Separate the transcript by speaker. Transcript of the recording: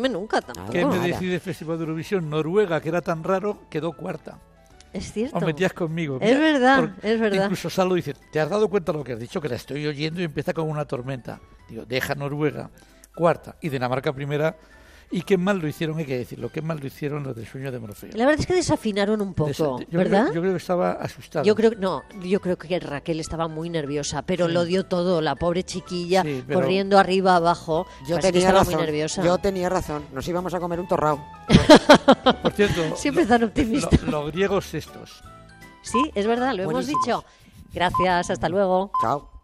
Speaker 1: nunca tampoco.
Speaker 2: que me
Speaker 3: Nada.
Speaker 2: decide el Festival de Eurovisión Noruega, que era tan raro, quedó cuarta.
Speaker 1: Es cierto.
Speaker 2: Os metías conmigo.
Speaker 1: Es verdad,
Speaker 2: por-
Speaker 1: es verdad.
Speaker 2: Incluso Salo dice, ¿te has dado cuenta de lo que has dicho? Que la estoy oyendo y empieza con una tormenta. Digo, deja Noruega, cuarta, y Dinamarca primera. Y qué mal lo hicieron, hay que decirlo, qué mal lo hicieron los del sueño de Morfeo.
Speaker 1: La verdad es que desafinaron un
Speaker 2: Desa-
Speaker 1: poco,
Speaker 2: yo,
Speaker 1: ¿verdad?
Speaker 2: Creo, yo creo que estaba asustado.
Speaker 1: Yo creo, no, yo creo que Raquel estaba muy nerviosa, pero
Speaker 2: Sí.
Speaker 1: lo dio todo, la pobre chiquilla,
Speaker 2: Sí, pero-
Speaker 1: corriendo arriba, abajo. Parece
Speaker 3: Yo
Speaker 1: que
Speaker 3: tenía
Speaker 1: estaba
Speaker 3: razón.
Speaker 1: muy nerviosa.
Speaker 3: Yo tenía razón. Nos íbamos a comer un torrao.
Speaker 2: Por cierto,
Speaker 1: Siempre
Speaker 2: lo-
Speaker 1: tan optimista.
Speaker 2: lo- los griegos estos.
Speaker 1: Sí, es verdad, lo hemos
Speaker 3: Buenísimos.
Speaker 1: dicho. Gracias, hasta luego.
Speaker 3: Chao.